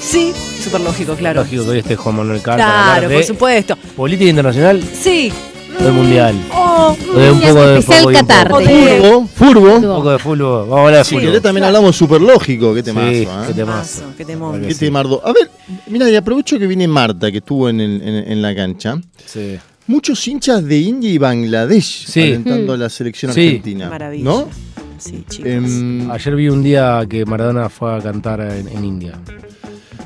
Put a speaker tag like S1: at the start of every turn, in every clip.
S1: Sí, súper lógico, claro.
S2: Lógico que hoy esté Juan Manuel Carr para hablar
S1: Claro,
S2: de
S1: por supuesto.
S2: política internacional
S1: Sí.
S2: o del mundial.
S1: Oh,
S2: O de un poco de
S3: especial
S2: poco y un
S3: Qatar.
S2: poco.
S1: de-
S4: Furbo,
S2: Un
S4: Furbo.
S2: poco de fútbol. Vamos a hablar de
S4: Si
S2: fútbol.
S4: querés también hablamos superlógico, qué
S2: Sí,
S4: temazo, ¿eh?
S2: qué temazo.
S1: temazo, qué temón.
S4: Qué temardo. A ver, mira, y aprovecho que viene Marta, que estuvo en, el- en- en la cancha.
S2: Sí.
S4: Muchos hinchas de India y Bangladesh
S2: Sí.
S4: alentando a la selección
S2: Sí.
S4: argentina.
S1: Maravilla.
S4: ¿No?
S1: Sí, chicos.
S4: Em,
S2: Ayer vi un día que Maradona fue a cantar en, en India.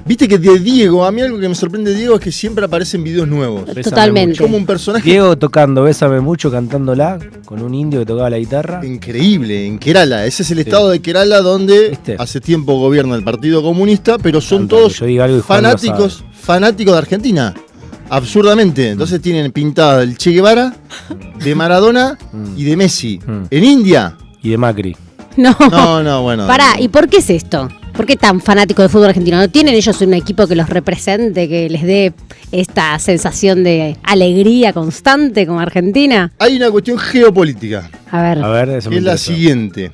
S4: Viste que de Diego, a mí algo que me sorprende de Diego es que siempre aparecen videos nuevos.
S2: Bésame
S4: Es
S3: Totalmente.
S4: como un
S2: mucho.
S4: personaje
S2: Diego tocando Bésame mucho, cantándola, con un indio que tocaba la guitarra.
S4: increíble en Kerala. Ese es el estado de Kerala donde
S2: ¿Viste?
S4: hace tiempo gobierna el Partido Comunista, pero son
S2: Tanto que
S4: todos
S2: yo diga algo y Juan lo
S4: fanáticos, fanáticos de Argentina. Absurdamente.
S2: Mm.
S4: Entonces tienen pintada el Che Guevara, de Maradona
S2: Mm.
S4: y de Messi.
S2: Mm.
S4: En India.
S2: Y de Macri.
S3: No.
S4: No, no, bueno.
S3: Pará, ¿y por qué es esto? ¿Por qué tan fanático del fútbol argentino? ¿No tienen ellos un equipo que los represente, que les dé esta sensación de alegría constante como Argentina?
S4: Hay una cuestión geopolítica,
S3: A ver,
S2: A ver, eso me
S4: que es la
S2: interesa.
S4: siguiente.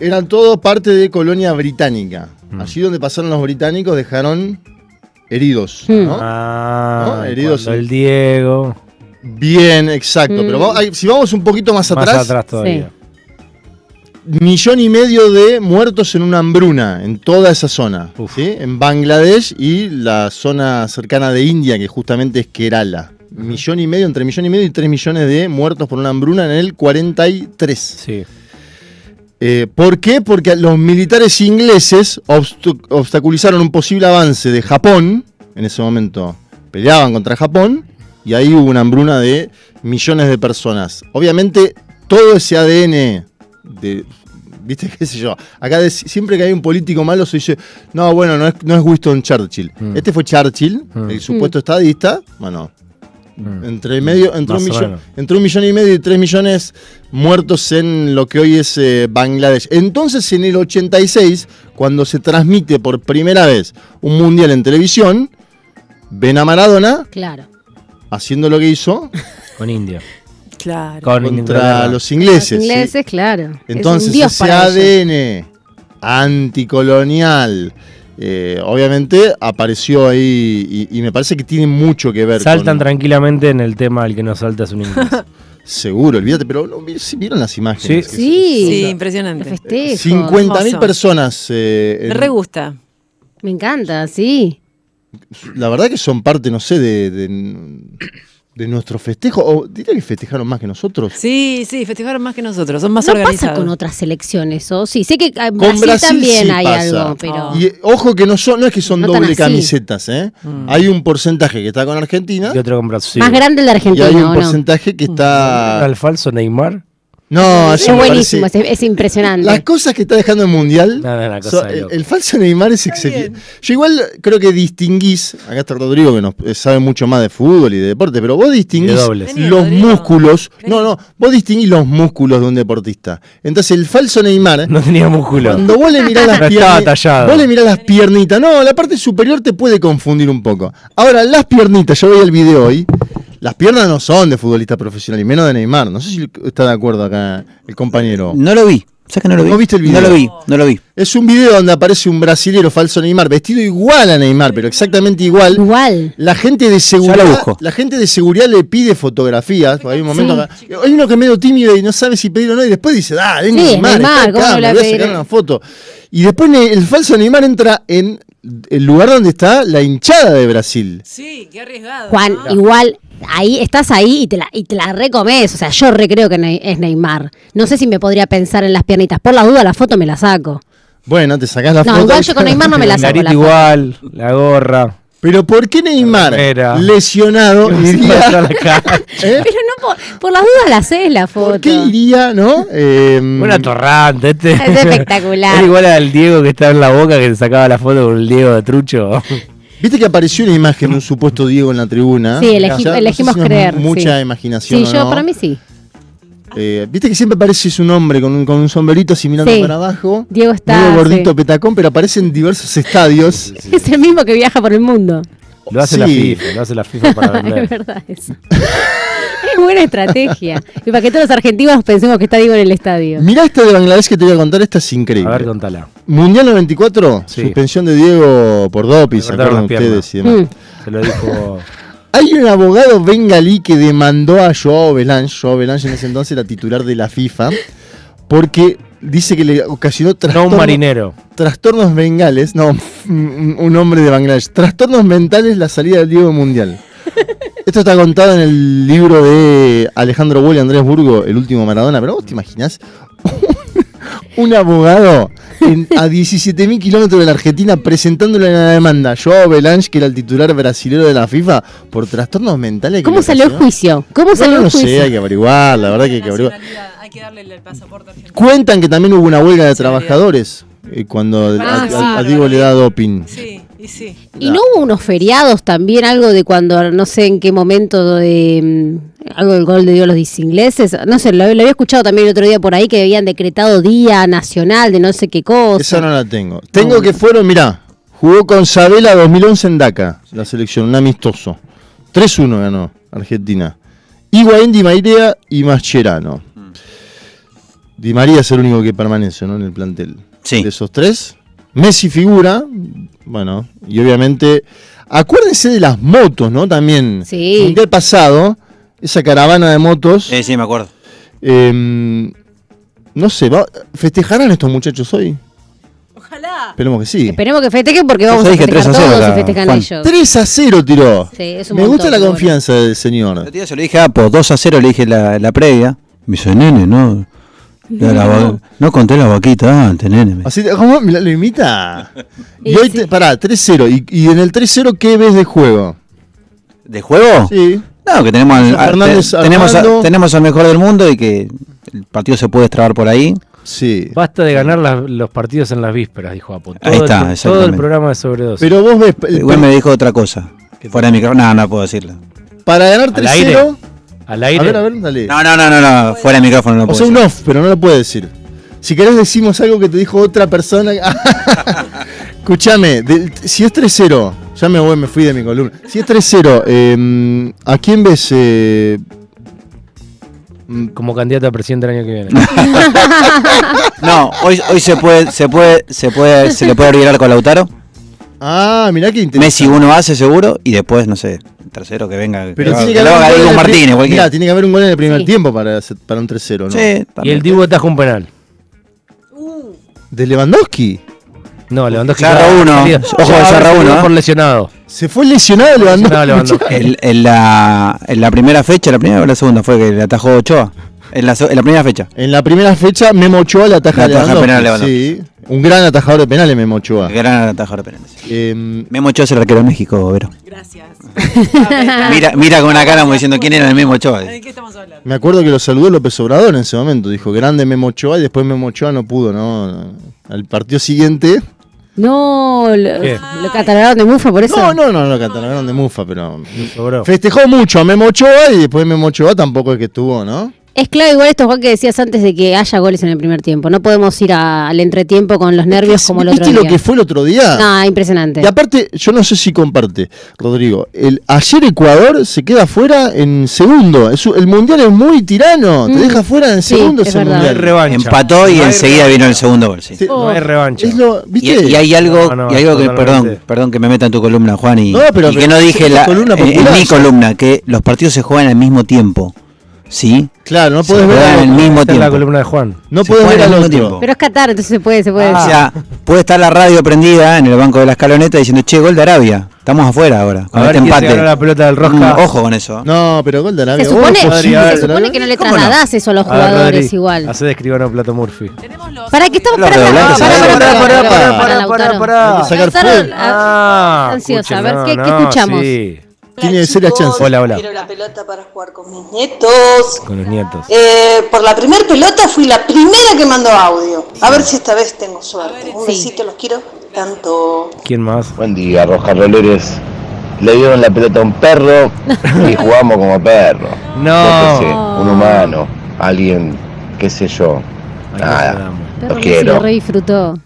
S4: Eran todos parte de colonia británica.
S2: Mm.
S4: Allí donde pasaron los británicos dejaron heridos.
S3: Mm.
S4: ¿no?
S2: Ah,
S4: ¿No?
S2: y
S4: Heridos
S2: cuando
S4: en-
S2: el Diego.
S4: Bien, exacto.
S3: Mm.
S4: Pero vamos- ay, si vamos un poquito más
S2: Más
S4: atrás,
S2: atrás todavía.
S4: millón y medio de muertos en una hambruna en toda esa zona.
S2: Uf.
S4: ¿sí? En Bangladesh y la zona cercana de India, que justamente es Kerala. Millón y medio, entre millón y medio y tres millones de muertos por una hambruna en el 43.
S2: Sí.
S4: Eh, ¿Por qué? Porque los militares ingleses obstu- obstaculizaron un posible avance de Japón. En ese momento peleaban contra Japón y ahí hubo una hambruna de millones de personas. Obviamente todo ese ADN de... ¿Viste qué sé yo? Acá de- siempre que hay un político malo se dice, no, bueno, no es, no es Winston Churchill.
S2: Mm.
S4: Este fue Churchill,
S2: Mm.
S4: el supuesto estadista. Bueno,
S2: Mm.
S4: entre, medio, entre,
S2: Más
S4: un
S2: o
S4: millón,
S2: menos.
S4: entre un millón y medio y tres millones muertos en lo que hoy es eh, Bangladesh. Entonces, en el 86, cuando se transmite por primera vez un mundial en televisión, ven a Maradona
S3: claro.
S4: haciendo lo que hizo
S2: Con India.
S1: Claro.
S2: Con
S4: contra
S2: Inglaterra.
S4: los
S3: Los
S4: ingleses. ¿sí?
S3: ingleses, claro. es
S4: Entonces,
S3: un dios
S4: ese
S3: para ellos.
S4: ADN anticolonial. eh, obviamente apareció ahí y, y me parece que tiene mucho que ver
S2: Saltan
S4: con-
S2: tranquilamente en el tema al que no salta es un inglés.
S4: seguro olvídate pero no, vi- vieron las imágenes
S2: Sí.
S4: Que se-
S3: Sí,
S1: Sí,
S3: los
S1: impresionante.
S3: festejos.
S4: 50.000
S1: Hermoso.
S4: personas. eh, en-
S1: Me re gusta.
S3: Me encanta, sí.
S4: la verdad que son parte, no sé, de, de- de nuestro festejo. O diría que festejaron más que nosotros.
S1: Sí, sí, festejaron más que nosotros. Son más
S3: no pasa
S1: organizados.
S3: con otras selecciones, o sí. Sé que ah, en
S4: Con
S3: Brasil,
S4: Brasil
S3: también
S4: sí
S3: hay
S4: pasa.
S3: algo, pero.
S1: Ah.
S4: Y eh, ojo que no, son, no es que son
S3: No tan
S4: doble
S3: así. Mm.
S4: camisetas, ¿eh? Hay un porcentaje que está con Argentina
S2: Y otro con Brasil.
S3: Más grande el de
S4: y
S3: Argentina,
S4: hay un
S3: ¿o no?
S4: porcentaje que está.
S2: Al falso Neymar.
S4: No,
S3: Es
S4: eso me
S3: buenísimo,
S4: parece-
S3: es, es impresionante.
S4: Las cosas que está dejando el mundial.
S2: No, no, no, cosa
S4: son-
S2: de
S4: el,
S2: loco.
S4: el falso Neymar es excelente. Yo igual creo que distinguís. Acá está Rodrigo que nos eh, sabe mucho más de fútbol y de deporte, pero vos distinguís
S2: De dobles.
S1: Vení,
S4: los
S1: Rodrigo.
S4: músculos.
S1: Vení.
S4: No, no, vos distinguís los músculos de un deportista. Entonces el falso Neymar.
S2: No tenía músculo.
S4: Cuando vos le mirás las
S2: No estaba
S4: pierni-
S2: tallado.
S4: vos le mirás las piernitas, no, la parte superior te puede confundir un poco. Ahora, las piernitas, yo veía el video hoy, las piernas no son de futbolista profesional y menos de Neymar. No sé si está de acuerdo acá el compañero.
S5: No lo vi. ¿Sabes que no lo vi?
S4: ¿No viste el video?
S5: No lo vi, no lo vi.
S4: Es un video donde aparece un brasilero falso Neymar, vestido igual a Neymar, pero exactamente igual.
S3: Igual.
S4: La gente de seguridad,
S5: Ya lo busco.
S4: la gente de seguridad le pide fotografías. Hay un momento, acá- hay uno que es medio tímido y no sabe si pedir o no y después dice, ah, es
S3: Sí,
S4: Neymar, está
S3: Neymar,
S4: acá,
S3: ¿cómo no
S4: me
S3: la
S4: voy a
S3: pediré?
S4: sacar una foto. Y después ne- el falso Neymar entra en el lugar donde está la hinchada de Brasil.
S1: Sí, qué arriesgado.
S3: Juan,
S1: ¿no?
S3: igual, ahí estás ahí y te la, y te la recomes. O sea, yo recreo que Ney- es Neymar. No sé si me podría pensar en las piernitas. Por la duda, la foto me la saco.
S4: Bueno, te sacás la
S3: No,
S4: foto.
S3: igual yo con Neymar no me la
S2: La
S3: saco.
S2: carita
S3: la foto.
S2: igual, la gorra.
S4: Pero ¿por qué Neymar,
S2: Era.
S4: lesionado,
S2: Pasó
S4: iría,
S2: la cara.
S4: eh?
S3: Pero no, por, por las dudas la haces la foto.
S4: ¿Por qué iría, no? Em,
S2: Una torrante, este.
S3: Es espectacular.
S2: Era igual al Diego que está en la boca que se sacaba la foto con el Diego de Trucho.
S4: Viste que apareció una imagen de un supuesto Diego en la tribuna.
S3: Sí, elegi-
S4: Ya, no sé
S3: elegimos
S4: si no es
S3: creer,
S4: mu- Mucha
S3: sí.
S4: imaginación.
S3: Sí,
S4: ¿o
S3: yo
S4: no?
S3: para mí sí.
S4: Eh, Viste que siempre aparece un hombre con un, con un sombrerito así mirando
S3: Sí.
S4: para abajo.
S3: Diego está,
S4: medio gordito
S3: sí.
S4: petacón, pero aparece en diversos estadios.
S3: Es el mismo que viaja por el mundo.
S2: Lo hace la
S4: Sí.
S2: FIFA, lo hace la FIFA para
S3: es
S2: vender.
S3: verdad eso. es buena estrategia. Y para que todos los argentinos pensemos que está Diego en el estadio.
S4: Mirá esta de Bangladesh que te voy a contar, esta es increíble.
S2: A ver, contala.
S4: Mundial 94,
S2: Sí.
S4: suspensión de Diego por doping,
S2: Le
S4: ¿se
S2: cortaron
S4: acuerdan
S2: las piernas.
S4: ustedes? y demás?
S3: Mm.
S2: Se lo dijo.
S4: Hay un abogado bengalí que demandó a Joao Belange. Joao Belange en ese entonces era titular de la FIFA porque dice que le ocasionó
S2: no un
S4: trastorno-
S2: marinero.
S4: trastornos bengales. No, un un hombre de Bangladesh. Trastornos mentales la salida del Diego Mundial. Esto está contado en el libro de Alejandro Bull y Andrés Burgo, El último Maradona. Pero vos te imaginás un abogado en- a 17.000 kilómetros de la Argentina presentándole la demanda. Joao Belange, que era el titular brasilero de la FIFA, por trastornos mentales. que
S3: ¿Cómo
S4: le
S3: salió el
S4: ocasionó.
S3: juicio? ¿Cómo
S4: No,
S3: salió
S4: no,
S3: el
S4: no sé,
S3: juicio?
S4: hay que averiguar, la verdad que hay que averiguar.
S1: Nacionalidad, Hay que darle el pasaporte argentino.
S4: Cuentan que también hubo una huelga de trabajadores eh, cuando a,
S1: Ah,
S4: a-
S1: sí,
S4: a
S1: pero
S4: Diego
S1: ahí-
S4: le da doping.
S1: Sí, y sí.
S3: Y no hubo unos feriados también, algo de cuando, no sé en qué momento, de, mm, algo del gol de Dios los ingleses, no sé, lo, lo había escuchado también el otro día por ahí que habían decretado día nacional de no sé qué cosa.
S4: Esa no la tengo. Tengo que fueron, mirá, jugó con Sabela 2011 en Daca, la selección, un amistoso. 3-1 ganó Argentina. Higuaín, Di María y Mascherano. Di María es el único que permanece ¿no? en el plantel.
S5: Sí.
S4: De esos tres. Messi figura, bueno, y obviamente... Acuérdense de las motos, ¿no? También.
S3: Sí.
S4: El Mundial pasado, esa caravana de motos...
S5: Eh, sí, me acuerdo.
S4: em, no sé, ¿va- ¿festejarán estos muchachos hoy?
S1: Ojalá.
S4: Esperemos que sí.
S3: Esperemos que festejen porque vamos
S5: Yo
S3: a
S5: dije
S3: festejar
S5: 3 a 0
S3: todos y
S5: acá,
S3: festejan
S5: Juan.
S3: ellos.
S4: 3 a 0 tiró.
S3: Sí, es un
S4: Me
S3: montón,
S4: gusta la
S3: pero bueno.
S4: confianza del
S5: El
S4: señor.
S5: otro día se lo dije a Apo, 2 a 0 le dije la, la previa. Me dice, nene, no. la- la va- no. conté la vaquita antes, nene. me-
S4: Así, ¿cómo? Mirá, lo imita. Y,
S3: Y
S4: hoy,
S3: sí.
S4: te- pará, 3-0. Y, y en el 3-0, ¿qué ves de juego?
S5: ¿De juego?
S4: Sí.
S5: No, que tenemos al, al-
S4: Fernández,
S5: te- tenemos, a-
S4: Armando.
S5: tenemos al mejor del mundo y que el partido se puede extrabar por ahí.
S4: Sí.
S2: Basta de ganar las- los partidos en las vísperas, dijo Apo. Todo,
S5: Ahí está,
S2: el, todo el
S5: exactamente.
S2: programa de sobredosis.
S4: Pero vos ves, el-
S5: Igual me dijo otra cosa. Fuera de micrófono. No, no puedo decirlo.
S4: para ganar
S2: Al aire.
S4: 3-0.
S2: Al
S4: A
S2: aire.
S4: ver, a ver, dale.
S5: No, no, no, no, no, Fuera de micrófono no
S4: o
S5: puedo.
S4: sea, un
S5: decirlo.
S4: off, pero no lo puede decir. Si querés, decimos algo que te dijo otra persona. Escúchame, del- si es 3-0, ya me voy, me fui de mi columna. Si es 3-0, eh, ¿a quién ves? eh, mm,
S2: Como candidato a presidente el año que viene.
S5: No, hoy, hoy se puede, se puede, se puede, se le puede olvidar con Lautaro.
S4: Ah, mirá qué interesante.
S5: Messi uno hace seguro y después, no sé, el tercero que venga.
S4: Pero
S5: que,
S4: tiene
S5: lo
S4: que, haber
S5: haga
S4: un gol en el
S5: Diego
S4: pri-
S5: Martínez,
S4: Mirá,
S5: cualquiera.
S4: tiene que haber un gol en el primer
S3: Sí.
S4: tiempo para, hacer- para un 3-0, ¿no?
S5: Sí,
S2: y
S5: también.
S2: el Dibu atajó un penal.
S1: Uh,
S4: De Lewandowski.
S2: No, Lewandowski.
S5: Zarra
S2: quedaba
S5: uno.
S2: salido.
S5: Ojo,
S2: Ya ahora
S5: Zarra
S2: se
S5: uno,
S2: quedó
S5: ¿eh?
S2: Por lesionado.
S4: Se fue lesionado Lewandowski.
S2: Lesionado Lewandowski.
S5: El- en, la, en la primera fecha, la primera o la segunda fue que le atajó Ochoa. En la, se- en la primera fecha.
S4: En la primera fecha, Memo Ochoa le ataja a
S5: Le ataja
S4: Lewandowski.
S5: penal a Lewandowski.
S4: Sí, un gran atajador de penales, Memo Ochoa.
S5: Que Gran atajador de penales.
S4: Eh,
S5: Memo Ochoa es el arquero de México, Vero.
S1: gracias. Ah.
S5: Mira, mira con una cara como diciendo quién era el Memo Ochoa.
S1: ¿De qué estamos hablando?
S4: me acuerdo que lo saludó López Obrador en ese momento. Dijo, grande Memo Ochoa, y después Memo Ochoa no pudo, ¿no? Al partido siguiente.
S3: No, lo,
S2: ¿Qué?
S3: lo catalogaron de mufa por eso.
S4: No, no, no, no, catalogaron de mufa, pero.
S2: Sobró.
S4: Festejó mucho a Memo Ochoa y después Memo Ochoa tampoco es que estuvo, ¿no?
S3: Es claro igual esto, Juan, que decías antes de que haya goles en el primer tiempo. No podemos ir a- al entretiempo con los nervios como el otro
S4: ¿Viste
S3: día.
S4: lo que fue el otro día?
S3: No, impresionante.
S4: Y aparte, yo no sé si comparte, Rodrigo. El, ayer Ecuador se queda fuera en segundo. Es un- el mundial es muy tirano. Te
S3: Mm.
S4: deja fuera en
S3: Sí,
S4: segundo
S3: es
S4: ese
S3: verdad.
S2: No hay
S4: mundial.
S2: revancha.
S5: Empató y
S2: No hay
S5: enseguida vino el segundo gol. sí.
S4: Sí,
S3: Oh.
S2: No hay revancha.
S4: es lo-
S5: Y,
S4: ¿Viste?
S5: y hay algo,
S2: No, no,
S5: y algo que,
S2: totalmente.
S5: perdón, perdón que me meta en tu columna, Juan, y,
S4: No, pero-
S5: y que
S4: pero
S5: no
S4: es
S5: dije
S4: una
S5: la, eh,
S4: columna
S5: en- en,
S4: popular,
S5: mi
S4: ya.
S5: columna, que los partidos se juegan al mismo tiempo, ¿sí?
S4: claro, no
S5: Se
S4: podés ver,
S5: juegan
S4: al-
S5: al mismo
S2: Esta es la
S5: tiempo.
S2: columna de Juan.
S4: no
S5: se
S4: podés
S5: juegan
S4: ver
S5: al
S4: al
S5: mismo
S4: otro.
S5: tiempo.
S3: Pero es Qatar, entonces se puede, se puede.
S4: Ah.
S5: O
S2: Ah.
S5: sea, puede estar la radio prendida en el banco de la escaloneta diciendo, che, gol de Arabia, estamos afuera ahora, con
S2: A ver
S5: este
S2: quién se
S5: empate.
S2: ganó la pelota del Rosca.
S5: Mm, ojo con
S2: ¿Ah?
S5: eso.
S4: No, pero gol de Arabia.
S3: se supone,
S4: Ojo, sí,
S3: se
S4: gol de
S3: supone
S4: Arabia.
S3: que no le
S5: ¿Cómo no?
S3: trasladás eso a los jugadores igual.
S2: Hace de escribano Plato Murphy.
S1: Tenemos los.
S3: ¿Para qué estamos
S5: Los
S3: pará, pará,
S5: redoblantes, ¿sabes?
S3: pará,
S5: Pará,
S3: pará,
S5: pará,
S3: pará,
S5: pará,
S3: pará,
S5: pará,
S3: pará,
S5: pará.
S4: Hay que sacar
S3: Lanzaron
S4: fuego.
S3: a- Ah, ansiosa,
S2: Ah, escuchen,
S3: a ver,
S2: no,
S3: ¿qué, qué
S2: no,
S3: escuchamos?
S2: sí,
S4: Tiene
S6: Hola,
S4: serias
S6: chicos.
S4: chances.
S2: Hola, hola.
S6: Quiero la pelota para jugar con mis nietos.
S2: con los nietos.
S6: Eh, por la primera pelota fui la primera que mandó audio. A ver si esta vez tengo suerte. Un besito, los quiero tanto.
S2: ¿Quién más?
S7: Buen día, Roleres. Le dieron la pelota a un perro y jugamos como perro. Yo qué sé,
S2: No.
S7: un humano, alguien, qué sé yo.
S2: Ahí nos
S7: Nada,
S2: quedamos.
S3: Perro
S7: los
S3: Messi lo
S7: quiero.
S3: re disfrutó.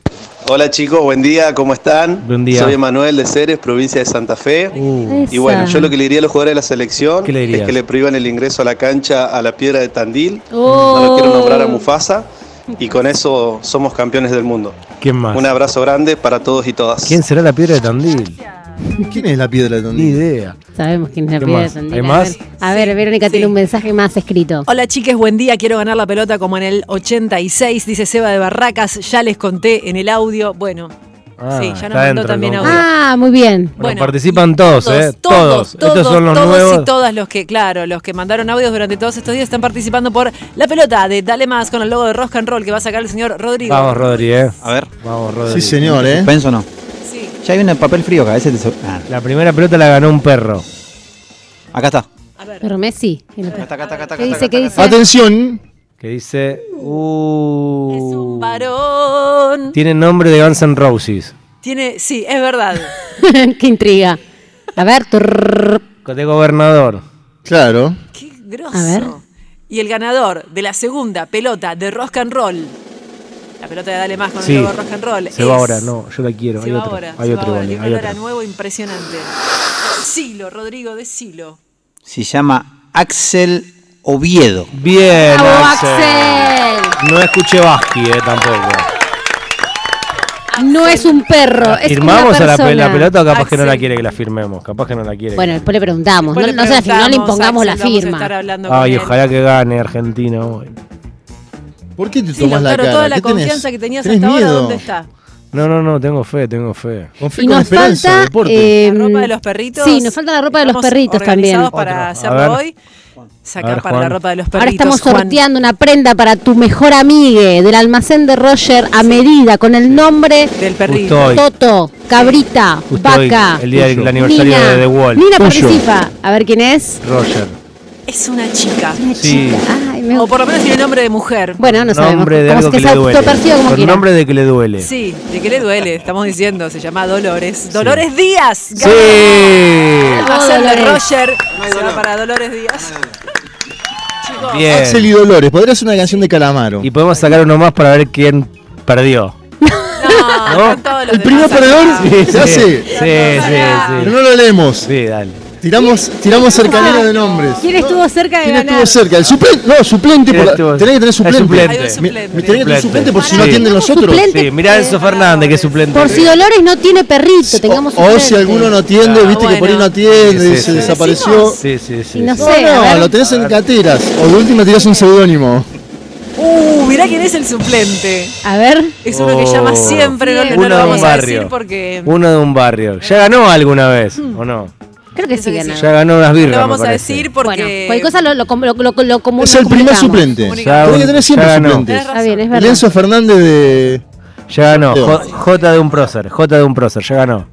S8: Hola chicos, buen día, ¿cómo están?
S2: Buen día.
S8: Soy Emanuel de Ceres, provincia de Santa Fe.
S2: Uh,
S8: Y bueno,
S3: Esa.
S8: yo lo que le diría a los jugadores de la selección
S2: ¿Qué le dirías?
S8: es que le prohíban el ingreso a la cancha a la piedra de Tandil.
S3: Oh.
S8: No lo quiero nombrar a Mufasa. y con eso somos campeones del mundo.
S2: ¿Quién más?
S8: Un abrazo grande para todos y todas.
S2: ¿Quién será la piedra de Tandil?
S4: ¿Quién es la piedra de
S2: Ni
S4: Tandil?
S2: idea.
S3: Sabemos quién es la
S2: ¿Qué
S3: piedra
S2: más?
S3: de Tandil.
S2: ¿Hay
S3: A
S2: más?
S3: ver, A ver, Verónica
S1: Sí.
S3: tiene un mensaje más escrito.
S1: Hola chiques, buen día. Quiero ganar la pelota como en el 86, dice Seba de Barracas. Ya les conté en el audio. Bueno, Sí, ya nos
S2: está
S1: mandó
S2: dentro,
S1: también
S2: ¿no?
S1: audio.
S2: Bueno,
S3: Ah, muy bien.
S1: Bueno,
S2: participan todos, ¿eh? Todos. Estos son los
S1: todos
S2: nuevos.
S1: y todas los que, claro, los que mandaron audios durante todos estos días están participando por la pelota de Dale Más con el logo de Rock and Roll que va a sacar el señor Rodrigo.
S2: Vamos, Rodri, ¿eh?
S5: A ver.
S2: Vamos, Rodri.
S4: Sí, señor, ¿eh?
S5: Penso no.
S1: Sí.
S5: Ya hay un papel frío acá. Ese te so- ah,
S2: La primera pelota la ganó un perro.
S5: acá está.
S1: A ver.
S3: Pero Messi. en el-
S5: Acá está, acá está, acá está,
S3: ¿Qué
S5: acá
S3: dice?
S5: está,
S3: ¿Qué
S5: acá
S3: dice?
S4: Atención.
S2: Que dice.
S1: Es
S2: Uh,
S1: un varón.
S2: tiene nombre de Guns N' Roses.
S1: Tiene, sí, es verdad.
S3: Qué intriga. A ver, trrr.
S2: De gobernador.
S4: Claro.
S1: Qué grosso.
S3: A ver.
S1: Y el ganador de la segunda pelota de Rock and Roll. La pelota de Dale Más con
S2: Sí.
S1: el logo de Rock and Roll.
S2: Se va
S1: es-
S2: ahora, no, yo la quiero.
S1: Se
S2: hay
S1: va
S2: otra.
S1: ahora.
S2: hay
S1: se
S2: otra,
S1: va ahora.
S2: Vale,
S1: Tiene
S2: hay
S1: un olor a
S2: otra.
S1: nuevo impresionante. Silo, Rodrigo, de Silo.
S5: está. Se llama Axel Oviedo.
S2: Bien,
S3: ¡Bravo,
S2: Axel.
S3: Axel!
S2: No escuché Baski, eh, tampoco.
S3: No es un perro, es
S2: ¿Firmamos
S3: una
S2: a la,
S3: persona.
S2: pe- la pelota o capaz que no la
S1: Axel.
S2: quiere que la firmemos? Capaz que no la quiere.
S3: Bueno, después le preguntamos.
S1: Después
S3: no, no se la fir- no le
S1: preguntamos,
S3: impongamos la
S1: Axel, vamos a
S3: firma.
S1: estar hablando con
S2: Ay,
S1: él.
S2: ojalá que gane Argentina hoy.
S4: ¿Por qué te
S1: Sí,
S4: tomas la
S1: Lautaro,
S4: cara?
S1: toda la
S4: ¿Qué tenés?
S1: confianza que tenías
S4: ¿Tenés
S1: hasta ahora,
S4: miedo?
S1: ¿dónde está?
S2: No, no, no, tengo fe, tengo fe.
S4: Confío
S3: Y
S4: con
S3: nos
S4: esperanza,
S3: falta.
S4: deporte.
S3: eh,
S1: la ropa de los perritos.
S3: Sí, nos falta la ropa de los
S1: Estamos
S3: perritos también.
S1: organizados para
S2: Otro. A
S1: hacerlo
S2: ver.
S1: hoy. Sacar
S2: A ver,
S1: para la
S2: Juan.
S1: ropa de los perritos.
S3: Ahora estamos
S1: Juan.
S3: sorteando una prenda para tu mejor amigue del almacén de Roger a medida con el nombre
S1: Del perrito.
S2: Justo hoy.
S3: Toto, Cabrita,
S2: Justo
S3: Vaca.
S2: hoy, el día del
S4: Tuyo.
S2: aniversario
S3: Nina.
S2: de The Wall.
S3: Nina
S4: Tuyo.
S3: participa. A ver quién es.
S2: Roger.
S1: Es una chica.
S3: Una
S2: Sí.
S3: chica. Ay, me-
S1: O por lo menos tiene nombre de mujer.
S3: Bueno, no sabemos.
S2: nombre de
S3: Como
S2: algo
S3: que
S2: que,
S3: sea
S2: le duele.
S3: autopercibido como
S2: Con
S3: quiera.
S2: nombre de que le duele.
S1: Sí, de que le duele, estamos diciendo. Se llama Dolores. ¡Dolores Díaz!
S2: Sí.
S1: Va a ser de
S3: Dolores.
S1: Roger. Se va para Dolores Díaz. Chicos,
S2: Bien.
S4: Axel y Dolores, podría ser una canción de Calamaro.
S2: Y podemos sacar uno más para ver quién perdió.
S1: no,
S2: ¿No?
S1: con todos los
S4: El primer
S1: demás acá.
S4: perdedor se
S2: sí, sí,
S4: hace.
S2: sí.
S4: Pero no lo leemos.
S2: Sí, dale.
S4: Tiramos, tiramos cercanía de nombres.
S3: Ah. ¿Quién estuvo cerca de
S4: ¿Quién
S3: ganar?
S4: estuvo cerca? El suplente. No, suplente.
S2: ¿Quién
S4: por la-
S2: estuvo-
S4: tenés que tener
S2: el
S4: suplente.
S2: suplente.
S1: Hay un suplente.
S4: Me tenés que
S2: Suplente.
S4: tener suplente por si no
S2: Sí.
S4: atienden los otros.
S3: Suplente.
S2: Sí, mirá a Enzo Fernández, que es suplente.
S3: Por si Dolores no tiene perrito, tengamos
S4: O, o si
S3: suplente.
S4: alguno no atiende,
S1: Ah,
S4: viste que por ahí no
S1: bueno.
S4: atiende,
S2: Sí, sí,
S4: se
S2: sí.
S4: desapareció.
S2: Sí, sí, sí.
S3: Y no
S2: sí.
S4: No,
S3: sé, a
S4: no,
S3: ver.
S4: lo tenés en cateras. O de última tirás un seudónimo.
S1: Uh, mirá quién es el suplente.
S3: A ver.
S1: Es uno que llama
S2: Oh.
S1: siempre, no, le- no
S2: Uno
S1: lo
S2: de un
S1: vamos a decir
S2: barrio.
S1: porque no
S2: Uno de un barrio. ¿Ya ganó alguna vez o no?
S3: Creo que sí
S1: que
S3: ganaron.
S2: Ya ganó unas birras.
S1: lo vamos
S2: me
S1: a
S2: parece.
S1: decir
S3: Bueno,
S1: porque.
S3: cualquier cosa lo, lo, com- lo, lo, lo comun-
S4: Es el primer
S3: comunicamos.
S4: suplente.
S1: Comunicamos.
S4: Tenés que tener siempre
S2: Ya ganó.
S4: suplentes.
S1: Tenés
S3: Está bien, es
S4: El
S3: verdad.
S4: Enzo Fernández de.
S2: Ya ganó. J, J de un prócer. J de un prócer. Ya ganó.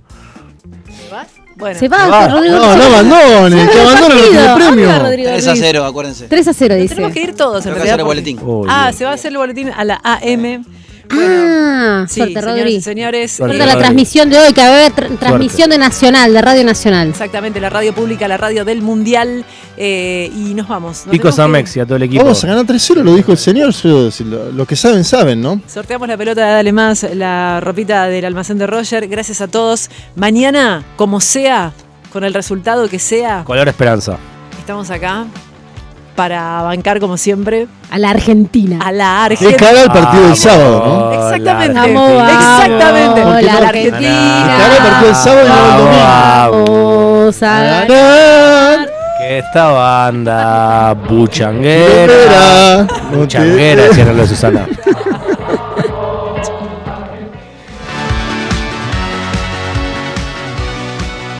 S1: Bueno,
S3: Se va,
S2: va.
S3: Rodrigo.
S4: No, no abandones, que abandonen el primer premio.
S5: 3 a 0, acuérdense.
S3: 3 a 0, dice.
S1: tenemos que ir todos en
S5: Tenemos que
S1: realidad.
S5: hacer el
S1: porque-
S2: Oh,
S5: boletín.
S1: Ah,
S2: Dios.
S1: se va a hacer el boletín a la AM.
S3: Ah,
S1: Sí,
S3: suerte,
S1: señoras
S3: Rodri.
S1: y señores.
S2: Suerte,
S1: eh,
S3: Suerte a la
S2: Rodri.
S3: transmisión de hoy, que va a haber tra- transmisión de Nacional, de Radio Nacional.
S1: Exactamente, la radio pública, la radio del mundial. eh, y nos vamos. Nos
S2: Pico
S1: tenemos que
S2: Samex y a todo el equipo.
S4: Vamos a ganar 3-0, lo dijo el señor. yo- si lo- Los que saben, saben, ¿no?
S1: ir. Sorteamos la pelota de Dale Más, la ropita del almacén de Roger. Gracias a todos. Mañana, como sea, con el resultado que sea,
S2: Color Esperanza.
S1: estamos acá para bancar, como siempre,
S3: A la Argentina.
S1: a la
S4: Es
S1: Argentina.
S4: cagar el partido del
S2: Ah, Vamos,
S4: sábado, ¿no?
S1: Exactamente.
S2: la
S3: Vamos,
S2: Argentina.
S3: vamos.
S1: Exactamente.
S3: Hola,
S1: Porque no-
S3: la
S4: Ganar el partido del
S3: Argentina.
S4: sábado y no el domingo.
S3: Vamos a ganar.
S4: Ganar,
S2: Que esta banda buchanguera.
S4: volverá. No te-
S2: Buchanguera, decían los de Susana.